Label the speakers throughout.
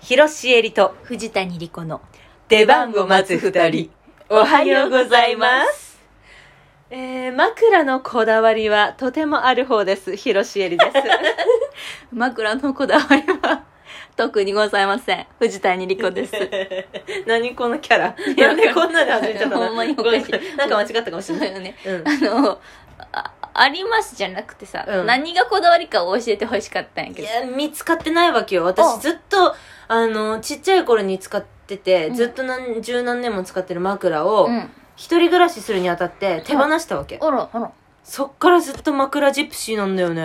Speaker 1: 広しえりと
Speaker 2: 藤谷莉子の
Speaker 1: 出番を待つ二人おはようございますえー、枕のこだわりはとてもある方です広しえりです
Speaker 2: 枕のこだわりは特にございません藤谷莉子です
Speaker 1: 何このキャラ
Speaker 2: いや
Speaker 1: なんでこんなで始めちゃったの
Speaker 2: ほんまにおかしい
Speaker 1: ごめんなんか間違ったかもし
Speaker 2: そ
Speaker 1: れ
Speaker 2: う
Speaker 1: ない、
Speaker 2: よね
Speaker 1: うん、
Speaker 2: あのあありますじゃなくてさ、
Speaker 1: うん
Speaker 2: 何がこだわりかを教えてほしかったんやけ
Speaker 1: い
Speaker 2: ど
Speaker 1: や見つかってないわけよ私
Speaker 2: あ
Speaker 1: ずっとあのちっちゃい頃に使ってて
Speaker 2: うん
Speaker 1: ずっと何十何年も使ってる枕を、
Speaker 2: うん
Speaker 1: 一人暮らしするにあたって手放したわけ、
Speaker 2: あらあら
Speaker 1: そっからずっと枕ジプシーなんだよね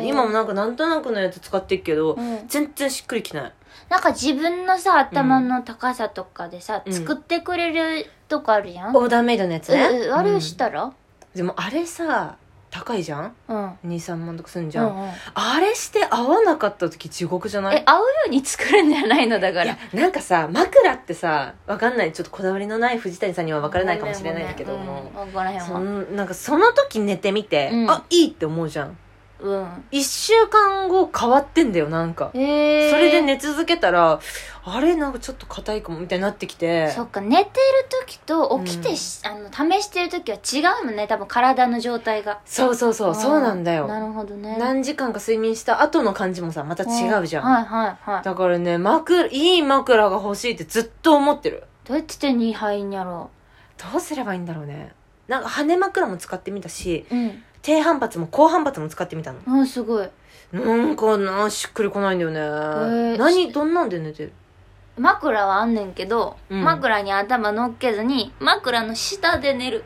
Speaker 2: ん
Speaker 1: 今もなんかなんとなくのやつ使ってっけど、
Speaker 2: うん
Speaker 1: 全然しっくりきない
Speaker 2: なんか自分のさ頭の高さとかでさ、
Speaker 1: うん
Speaker 2: 作ってくれるとこあるやん、
Speaker 1: オーダーメイドのやつね、
Speaker 2: えあれしたら
Speaker 1: うんでもあれさ高いじゃん
Speaker 2: うん、うん
Speaker 1: 23万とかすんじゃん、
Speaker 2: うん
Speaker 1: あれして合わなかった時地獄じゃない
Speaker 2: え合うように作るんじゃないのだか
Speaker 1: い
Speaker 2: ら
Speaker 1: やなんかさ枕ってさわかんないちょっとこだわりのない藤谷さんにはわからないかもしれないんだけども、
Speaker 2: うん、この辺
Speaker 1: そ
Speaker 2: は
Speaker 1: んなんかその時寝てみて、
Speaker 2: うん
Speaker 1: あいいって思うじゃん
Speaker 2: うん
Speaker 1: 1週間後変わってんだよなんか、
Speaker 2: えー、
Speaker 1: それで寝続けたらあれなんかちょっと硬いかもみたいになってきて
Speaker 2: そっか寝てる時と起きてし、あの試してる時は違うもんね多分体の状態が
Speaker 1: そうそうそうそうなんだよ
Speaker 2: なるほどね
Speaker 1: 何時間か睡眠した後の感じもさまた違うじゃん、
Speaker 2: はいはいはい
Speaker 1: だからね枕いい枕が欲しいってずっと思ってる
Speaker 2: どうやって手に入んやろ
Speaker 1: どうすればいいんだろうねなんか羽枕も使ってみたし
Speaker 2: ううん
Speaker 1: 低反発も高反発も使ってみたの
Speaker 2: うんすごい
Speaker 1: なんかなしっくりこないんだよね、
Speaker 2: ー
Speaker 1: 何どんなんで寝てる
Speaker 2: 枕はあんねんけど、
Speaker 1: うん
Speaker 2: 枕に頭乗っけずに枕の下で寝る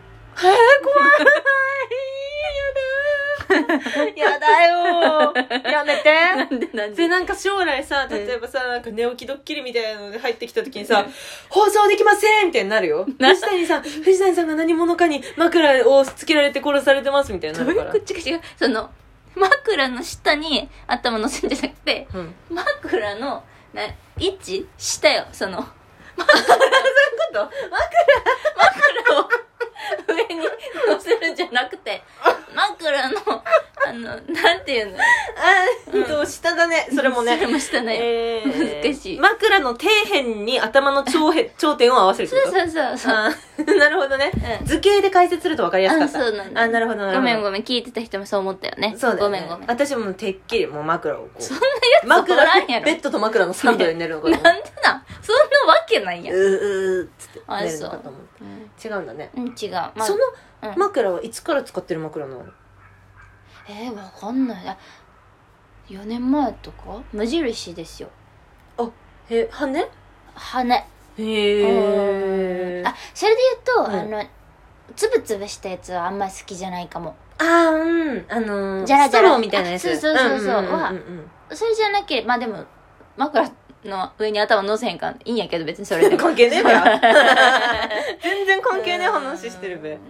Speaker 1: やだよ やめて
Speaker 2: んでなん
Speaker 1: でなんか将来さ
Speaker 2: うん
Speaker 1: 例えばさなんか寝起きドッキリみたいなので入ってきた時にさ「放送できません!」みたいになるよ藤谷さん藤谷さんが何者かに枕をつけられて殺されてますみたいに
Speaker 2: ど
Speaker 1: な
Speaker 2: う
Speaker 1: る
Speaker 2: い
Speaker 1: か
Speaker 2: う
Speaker 1: ら
Speaker 2: こっちか違うその枕の下に頭乗せんじゃなくて
Speaker 1: うん
Speaker 2: 枕のな位置下よそ の
Speaker 1: こと
Speaker 2: 枕を上に乗せるんじゃなく て枕のあのなんていうの
Speaker 1: あーうんと下だねそれも
Speaker 2: それ
Speaker 1: ね
Speaker 2: も下ね、
Speaker 1: えー
Speaker 2: 難しい
Speaker 1: 枕の底辺に頭の頂辺頂点を合わせるってこと
Speaker 2: そうそうそう
Speaker 1: あーなるほどね
Speaker 2: うん
Speaker 1: 図形で解説すると分かりやすかった
Speaker 2: あそうなんだ
Speaker 1: あなるほどなるほど
Speaker 2: ごめんごめん聞いてた人もそう思ったよね
Speaker 1: そうだ
Speaker 2: ご
Speaker 1: よね
Speaker 2: めんごめん
Speaker 1: 私もてっきりもう枕をこうそんな
Speaker 2: やつおらんやろ
Speaker 1: ベッドと枕のサンドで寝るのか
Speaker 2: な
Speaker 1: と
Speaker 2: んで
Speaker 1: 思っ
Speaker 2: なんそんなわけない
Speaker 1: て
Speaker 2: や、
Speaker 1: うんーうーっつって
Speaker 2: あ
Speaker 1: 寝るのかと思って
Speaker 2: うん
Speaker 1: 違うんだね、
Speaker 2: うん、違う、まあ、
Speaker 1: その
Speaker 2: うん
Speaker 1: 枕はいつから使ってる枕なの
Speaker 2: えー、わかんないあ4年前とか無印ですよ
Speaker 1: へ羽
Speaker 2: 羽
Speaker 1: へえ
Speaker 2: あそれで言うと、
Speaker 1: うん
Speaker 2: あのつぶつぶしたやつはあんまり好きじゃないかも
Speaker 1: あーうんあのー、
Speaker 2: じゃらじゃら
Speaker 1: ストローみたいなやつ
Speaker 2: あそうそうそうそうん
Speaker 1: んんん
Speaker 2: はそれじゃなければまあでも枕の上に頭乗せへんからいいんやけど別にそれ
Speaker 1: う
Speaker 2: で も
Speaker 1: ん関係ねえべ全然関係ねえ話してるべ
Speaker 2: うん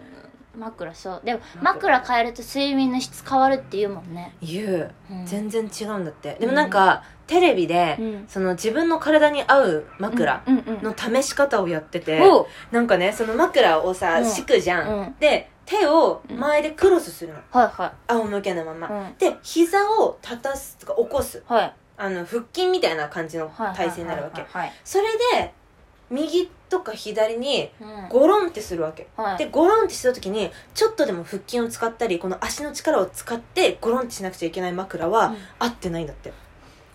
Speaker 2: 枕そうでも枕変えると睡眠の質変わるって言うもんね、
Speaker 1: 言う
Speaker 2: うん、
Speaker 1: 全然違うんだってでもなんか、テレビで、
Speaker 2: うん
Speaker 1: その自分の体に合う枕
Speaker 2: うんうんうん
Speaker 1: の試し方をやってて、
Speaker 2: おう
Speaker 1: なんかねその枕をさ、
Speaker 2: うん
Speaker 1: 敷くじゃん、
Speaker 2: うん
Speaker 1: で手を前でクロスするの、
Speaker 2: はいは
Speaker 1: 仰向けのまま、
Speaker 2: いうん
Speaker 1: で膝を立たすとか起こす
Speaker 2: はい
Speaker 1: あの腹筋みたいな感じの
Speaker 2: はい
Speaker 1: 体勢になるわけ
Speaker 2: はい
Speaker 1: それで右とか左に
Speaker 2: はいはい
Speaker 1: ゴロンってするわけ
Speaker 2: うんはい
Speaker 1: でゴロンってした時にちょっとでも腹筋を使ったりこの足の力を使ってゴロンってしなくちゃいけない枕は、
Speaker 2: うん
Speaker 1: 合ってないんだって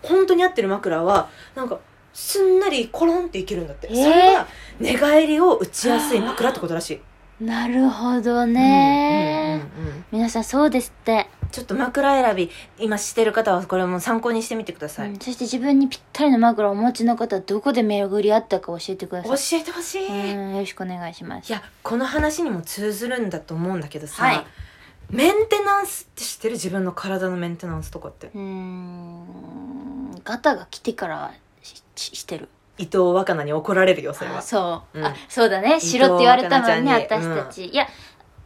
Speaker 1: 本当に合ってる枕はなんかすんなりコロンっていけるんだって、
Speaker 2: えー
Speaker 1: それは寝返りを打ちやすい枕ってことらしい
Speaker 2: なるほどね、
Speaker 1: うんうんうんうん
Speaker 2: 皆さんそうですって、
Speaker 1: ちょっと枕選び今してる方はこれも参考にしてみてください、
Speaker 2: うんそして自分にぴったりの枕をお持ちの方はどこで巡り合ったか教えてくだ
Speaker 1: 教
Speaker 2: さい
Speaker 1: えてほしい、い
Speaker 2: うんよろしくお願いします
Speaker 1: やこの話にも通ずるんだと思うんだけどさ、
Speaker 2: はい
Speaker 1: メンテナンスって知ってる自分の体のメンテナンスとかって
Speaker 2: うーんガタが来てからしししてる
Speaker 1: 伊藤若菜に怒られるよそれ
Speaker 2: あ
Speaker 1: は
Speaker 2: そう、
Speaker 1: うん
Speaker 2: あそうだねしろって言われたもんね
Speaker 1: 伊藤若菜ちゃんに
Speaker 2: 私たち、いや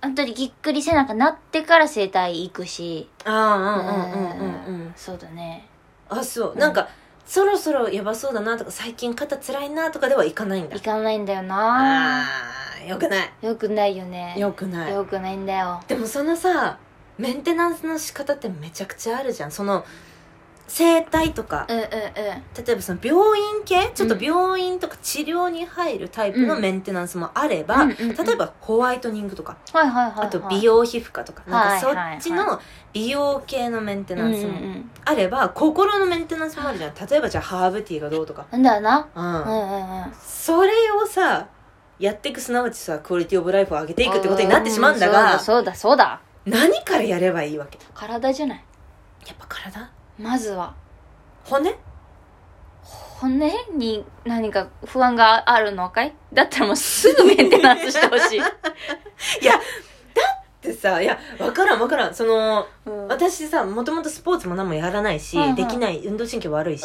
Speaker 2: 本当にぎっくり背中なってから整体行くし
Speaker 1: ああうんうんうんうんうん
Speaker 2: そうだね
Speaker 1: あそう、
Speaker 2: うん
Speaker 1: なんかそろそろやばそうだなとか最近肩つらいなとかではいかないんだ
Speaker 2: 行かないんだよな
Speaker 1: あーよくない
Speaker 2: よくないよね
Speaker 1: よくない
Speaker 2: よくないんだよ
Speaker 1: でもそのさメンテナンスの仕方ってめちゃくちゃあるじゃんその整体とか、
Speaker 2: うんうんう
Speaker 1: 例えばその病院系ちょっと病院とか治療に入るタイプのメンテナンスもあれば、
Speaker 2: んうんうんうん
Speaker 1: 例えばホワイトニングとか、
Speaker 2: はいはいはいはい
Speaker 1: あと美容皮膚科とか、な
Speaker 2: は
Speaker 1: ん
Speaker 2: いはいは
Speaker 1: かそ
Speaker 2: い
Speaker 1: っちの美容系のメンテ
Speaker 2: うん
Speaker 1: ナ
Speaker 2: う
Speaker 1: ン
Speaker 2: ん
Speaker 1: ス
Speaker 2: う
Speaker 1: も
Speaker 2: ん
Speaker 1: あれば、心のメンテナンスもあるじゃん。例えばじゃあハーブティーがどうとか。
Speaker 2: なんだよな
Speaker 1: う
Speaker 2: うん
Speaker 1: ん。
Speaker 2: うんうん
Speaker 1: それをさ、やっていくすなわちさ、クオリティオブライフを上げていくってことになってしまうんだが、
Speaker 2: そうだそうだそうだ
Speaker 1: 何からやればいいわけ
Speaker 2: 体じゃない
Speaker 1: やっぱ体
Speaker 2: まずは
Speaker 1: 骨
Speaker 2: 骨に何か不安があるのかいだったらもうすぐメンテナンスしてほ しい、
Speaker 1: ってさ、いや、わからんわからん。その、
Speaker 2: うん
Speaker 1: 私さもともとスポーツも何もやらないし、
Speaker 2: うんうん
Speaker 1: できない運動神経悪いし、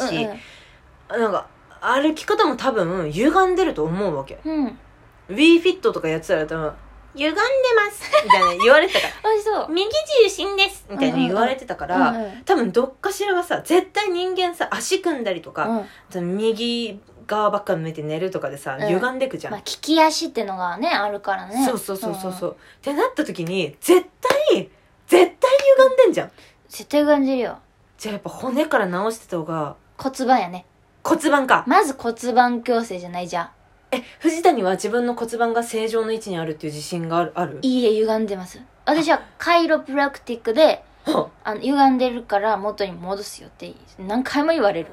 Speaker 2: う
Speaker 1: なんか歩き方も多分歪んでると思うわけ
Speaker 2: んうんうん
Speaker 1: WeFit とかやってたら多分「歪んでます」みたいな言われて たから
Speaker 2: 美味しそ
Speaker 1: 「
Speaker 2: う
Speaker 1: 右重心です」みたいに言われてたから、
Speaker 2: うんうん
Speaker 1: 多分どっかしらはさ絶対人間さ足組んだりとか、
Speaker 2: うん
Speaker 1: 右側ばっか向いて寝るとかでさ、
Speaker 2: うん
Speaker 1: 歪んでくじゃん、
Speaker 2: まあ、利き足ってのがねあるからね
Speaker 1: そうそうそうそうそううんってなった時に絶対絶対歪んでんじゃん
Speaker 2: 絶対感じるよ
Speaker 1: じゃあやっぱ骨から直してた方が
Speaker 2: 骨盤やね
Speaker 1: 骨盤か
Speaker 2: まず骨盤矯正じゃないじゃん
Speaker 1: え藤谷は自分の骨盤が正常の位置にあるっていう自信があるある
Speaker 2: いいえ歪んでます私はカイロプラクティックで
Speaker 1: は
Speaker 2: あの歪んでるから元に戻すよって何回も言われる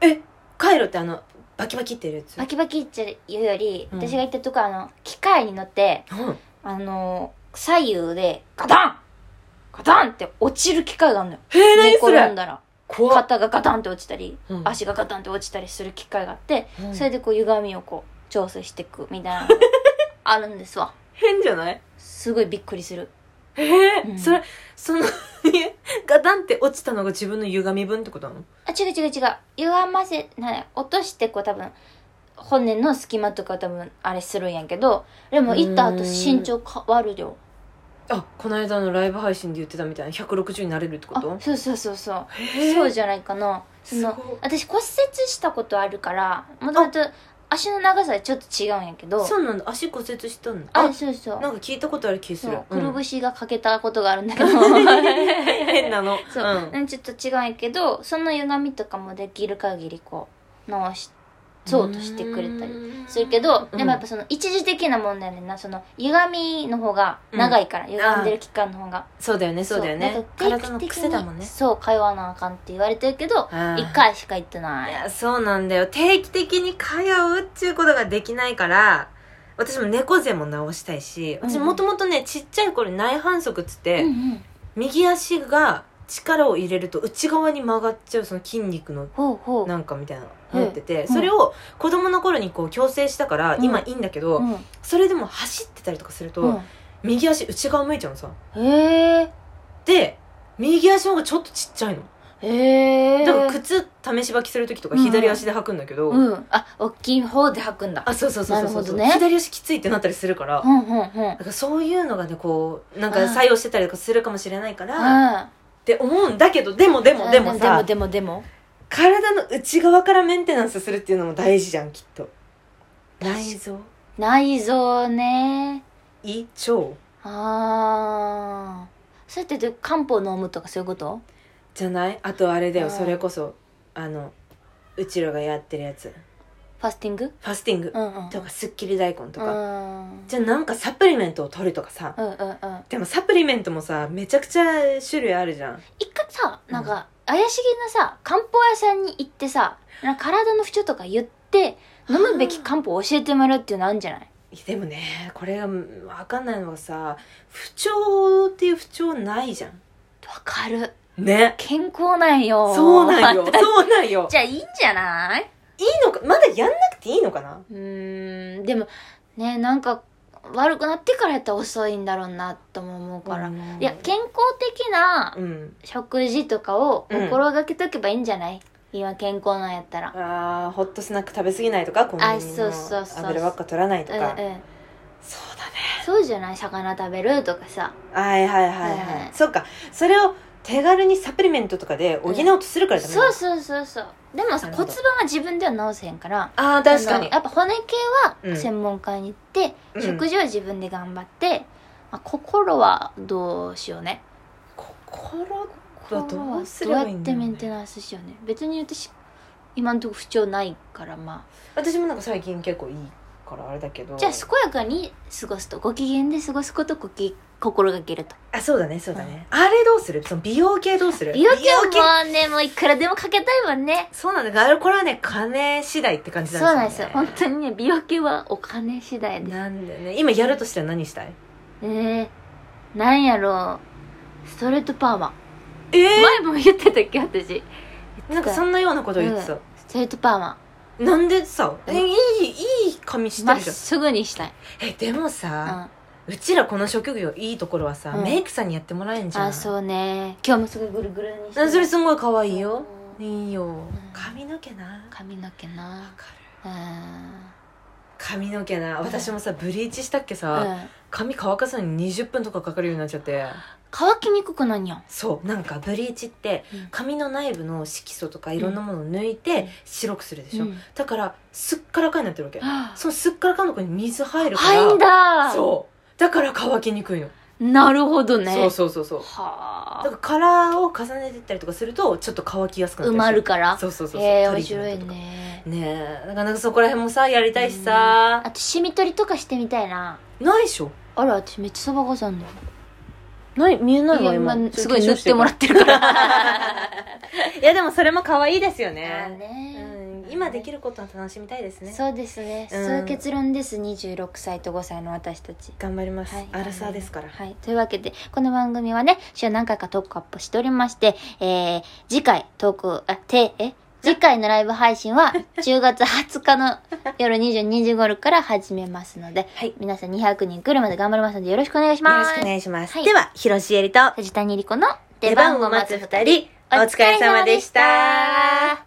Speaker 1: えカイロってあのバキバキってるやつ
Speaker 2: バキバキって言うより、
Speaker 1: うん
Speaker 2: 私が言ったとこあの機械に乗って
Speaker 1: うん
Speaker 2: あの左右でガタンガタンって落ちる機械があるのよ
Speaker 1: えー、
Speaker 2: 寝
Speaker 1: 何そ
Speaker 2: 転ん
Speaker 1: れ
Speaker 2: だら
Speaker 1: 怖っ
Speaker 2: 肩がガタンって落ちたり、
Speaker 1: うん
Speaker 2: 足がガタンって落ちたりする機械があって、
Speaker 1: うん
Speaker 2: それでこう歪みをこう調整していくみたいなの があるんですわ
Speaker 1: 変じゃない
Speaker 2: すごいびっくりする
Speaker 1: えー
Speaker 2: うん
Speaker 1: それその ガタンって落ちたのが自分の歪み分ってことなの
Speaker 2: あ、違う違う違う。歪ませ、なんや落としてこう多分、骨の隙間とか多分あれするんやけど、でも行った
Speaker 1: う
Speaker 2: 後
Speaker 1: ーん
Speaker 2: 身長変わるよ。
Speaker 1: あこの間のライブ配信で言ってたみたいな160になれるってこ
Speaker 2: あ
Speaker 1: と、
Speaker 2: そうそうそうそう。
Speaker 1: えー
Speaker 2: そうじゃないかな。そ
Speaker 1: すごい
Speaker 2: の、私骨折したことあるから、もともと足の長さでちょっと違うんやけど、
Speaker 1: そうなんだ足骨折したんだ
Speaker 2: あ、
Speaker 1: あ
Speaker 2: そうそう
Speaker 1: な。んか聞いたことある気す
Speaker 2: そ
Speaker 1: る
Speaker 2: う、
Speaker 1: う
Speaker 2: くる
Speaker 1: ん
Speaker 2: ぶしが欠けたことがあるんだけど。
Speaker 1: 変なの
Speaker 2: そう、
Speaker 1: ん
Speaker 2: うん、ちょっと違うんやけど、その歪みとかもできる限りこう、直し、そうとしてくれたり。するけど、
Speaker 1: うん
Speaker 2: でもやっぱその一時的な問題だよなその歪みの方が長いから、歪んでる期間の方が
Speaker 1: そうだよねそうだよ
Speaker 2: な
Speaker 1: ね
Speaker 2: んか定期
Speaker 1: 体の癖だもん
Speaker 2: 的
Speaker 1: ね
Speaker 2: にそう通わなあかんって言われてるけど
Speaker 1: あー
Speaker 2: 一回しか行ってないい
Speaker 1: やそうなんだよ定期的に通うっていうことができないから私も猫背も直したいし私
Speaker 2: うん
Speaker 1: もともとねちっちゃい頃内反則っつって、
Speaker 2: うんうん
Speaker 1: 右足が力を入れると内側に曲がっちゃうその筋肉の
Speaker 2: ほうほう
Speaker 1: なんかみたいなの持ってて、
Speaker 2: ん
Speaker 1: それを子供の頃にこう矯正したから、
Speaker 2: うん
Speaker 1: 今いいんだけど、
Speaker 2: うん
Speaker 1: それでも走ってたりとかすると、右足内側向いちゃうのさ
Speaker 2: うんへえ
Speaker 1: で右足の方がちょっとちっちゃいの
Speaker 2: へえ
Speaker 1: だから靴試し履きする時とか左足で履くんだけど、
Speaker 2: うんあ大きい方で吐くんだ
Speaker 1: あそうそうそうそ
Speaker 2: な
Speaker 1: うそう
Speaker 2: るほどね
Speaker 1: 左足きついってなったりするから、
Speaker 2: うんうんうん
Speaker 1: なんかそういうのがねこうなん
Speaker 2: う
Speaker 1: か
Speaker 2: ん
Speaker 1: 作用してたりとかするかもしれないから、っ
Speaker 2: あ
Speaker 1: て思うんだけどでもでもでもさ、
Speaker 2: でもでも
Speaker 1: 体の内側からメンテナンスするっていうのも大事じゃんきっと内臓
Speaker 2: 内臓ね
Speaker 1: 胃腸
Speaker 2: ああそうやって漢方飲むとかそういうこと
Speaker 1: じゃないあとあれだよ、
Speaker 2: うん
Speaker 1: それこそあのうちらがやってるやつ
Speaker 2: ファスティング
Speaker 1: ファスティング
Speaker 2: うんうん
Speaker 1: とかすっきり大根とか、
Speaker 2: うん
Speaker 1: じゃあなんかサプリメントを取るとかさ、
Speaker 2: うんうんうん
Speaker 1: でもサプリメントもさめちゃくちゃ種類あるじゃん
Speaker 2: 一回さなんか怪しげなさ漢方屋さんに行ってさなんか体の不調とか言って飲むべき漢方を教えてもらうっていうのあるんじゃない
Speaker 1: でもねこれが分かんないのがさ不調っていう不調ないじゃん
Speaker 2: わかる
Speaker 1: ね
Speaker 2: 健康なんよ
Speaker 1: そうなんよ
Speaker 2: 私
Speaker 1: そうなんよ
Speaker 2: じゃあいいんじゃない
Speaker 1: いいのかまだやんなくていいのかな
Speaker 2: うーんでもねなんか悪くなってからやったら遅いんだろうなとも思うから、
Speaker 1: うん
Speaker 2: いや健康的な
Speaker 1: うん
Speaker 2: 食事とかを心がけとけばいいんじゃない、今健康なんやったら
Speaker 1: あーホットスナック食べ過ぎないとかコンビ
Speaker 2: あ
Speaker 1: ニ
Speaker 2: そうそうそ
Speaker 1: の
Speaker 2: う
Speaker 1: 油ばっか取らないと
Speaker 2: うん
Speaker 1: か
Speaker 2: うん
Speaker 1: そうだね
Speaker 2: そうじゃない魚食べるとかさ
Speaker 1: はいはいはいはい、
Speaker 2: はいはい
Speaker 1: そっかそれを手軽にサプリメントとかで補おうとするからダメな
Speaker 2: そ
Speaker 1: の
Speaker 2: うそうそうそうでもさ
Speaker 1: なるほ
Speaker 2: 骨
Speaker 1: ど
Speaker 2: 盤は自分では直せへんから
Speaker 1: ああ確か
Speaker 2: あの
Speaker 1: に
Speaker 2: やっぱ骨系
Speaker 1: う
Speaker 2: は
Speaker 1: ん
Speaker 2: 専門家に行って、
Speaker 1: うん
Speaker 2: 食事は自分で頑張って、まあ、心はどうしようね
Speaker 1: 心
Speaker 2: こ
Speaker 1: は
Speaker 2: は
Speaker 1: どうす
Speaker 2: ど
Speaker 1: れ
Speaker 2: うや
Speaker 1: ばいい
Speaker 2: っ
Speaker 1: んだ
Speaker 2: て
Speaker 1: ろ
Speaker 2: メ
Speaker 1: う
Speaker 2: ンテナンスしようね別に私今のところ不調ないからまあ
Speaker 1: 私もなんか最近結構いいからあれだけど
Speaker 2: じゃあ健やかに過ごすとご機嫌で過ごすことをごき心がけると
Speaker 1: あそうだねそうだね、あれどうするその美容系どうする
Speaker 2: 美容系もねもういくらでもかけたいわね
Speaker 1: そうなんだあれこれはね金次第って感じ
Speaker 2: そう
Speaker 1: な
Speaker 2: なんで
Speaker 1: んですすよ
Speaker 2: よ本
Speaker 1: ね
Speaker 2: 当にね美容系はお金次第です
Speaker 1: なんだよね今やるとしたら何したい
Speaker 2: えー、なんやろうストレートパーマ
Speaker 1: え
Speaker 2: 前も言ってたっけ私
Speaker 1: なんかそんなようなこと言ってた、
Speaker 2: ストレートパーマ
Speaker 1: なんでさえ
Speaker 2: うん
Speaker 1: いいいい髪して
Speaker 2: まっ
Speaker 1: るじゃん
Speaker 2: すぐにしたい、
Speaker 1: えで
Speaker 2: う
Speaker 1: も
Speaker 2: ん、あ
Speaker 1: さ、うちらこの職業いいところはさ、
Speaker 2: うん
Speaker 1: メイクさんにやってもらえんじゃん
Speaker 2: そうね今日もすぐぐるぐるにして
Speaker 1: あそれすごい可愛いよ
Speaker 2: うん
Speaker 1: いいよ髪の毛な
Speaker 2: 髪の毛
Speaker 1: わ
Speaker 2: な
Speaker 1: かる
Speaker 2: うん
Speaker 1: 髪の毛な私もさブリーチしたっけさ、
Speaker 2: うん
Speaker 1: 髪乾かすのに20分とかかかるようになっちゃって
Speaker 2: 乾きにくくなんやん
Speaker 1: そうなんかブリーチって
Speaker 2: うん
Speaker 1: 髪の内部の色素とかいろんなものを抜いて白くするでしょ、
Speaker 2: うん
Speaker 1: だからすっからかになってるわけ
Speaker 2: は
Speaker 1: そのすっからかんの子に水入るから
Speaker 2: いんだ
Speaker 1: そうだから乾きにくいの、
Speaker 2: なるほどね
Speaker 1: そうそうそうそう
Speaker 2: はあ
Speaker 1: だからカラーを重ねてったりとかするとちょっと乾きやすくなった
Speaker 2: 埋
Speaker 1: り
Speaker 2: まるから
Speaker 1: そうそうそうそう
Speaker 2: えー、
Speaker 1: ト
Speaker 2: 面
Speaker 1: リート
Speaker 2: 白
Speaker 1: メン
Speaker 2: い
Speaker 1: トとか
Speaker 2: ね
Speaker 1: ねえなかなかそこら辺もさやりたいしさ
Speaker 2: あとシミ取りとかしてみたいな
Speaker 1: ないでしょ
Speaker 2: あら私めっちゃそばかさんだよ
Speaker 1: ない見えないいわ
Speaker 2: や
Speaker 1: 今
Speaker 2: 今すごい塗ってもら
Speaker 1: っ
Speaker 2: ってるから
Speaker 1: て いやでもそれも可愛いですよ
Speaker 2: あー
Speaker 1: ね
Speaker 2: ね
Speaker 1: うん今でき
Speaker 2: る
Speaker 1: ることは楽しみたいですね
Speaker 2: そうですね、
Speaker 1: うん
Speaker 2: そういう結論です26歳と5歳の私たち
Speaker 1: 頑張ります、
Speaker 2: はい
Speaker 1: アラサーですから、
Speaker 2: はい。というわけで、この番組はね、週何回かトークアップしておりまして、えー、次回トーク、あ、て、え次回のライブ配信 は10月20日の夜22時頃から始めますので、
Speaker 1: はい
Speaker 2: 皆さん200人来るまで頑張りますのでよろしくお願いし
Speaker 1: よ
Speaker 2: ま
Speaker 1: ろ
Speaker 2: す。
Speaker 1: しくお願いします、
Speaker 2: はい
Speaker 1: では広重絵里と
Speaker 2: 藤谷莉子の
Speaker 1: 出番を待つ二人お疲れ様でした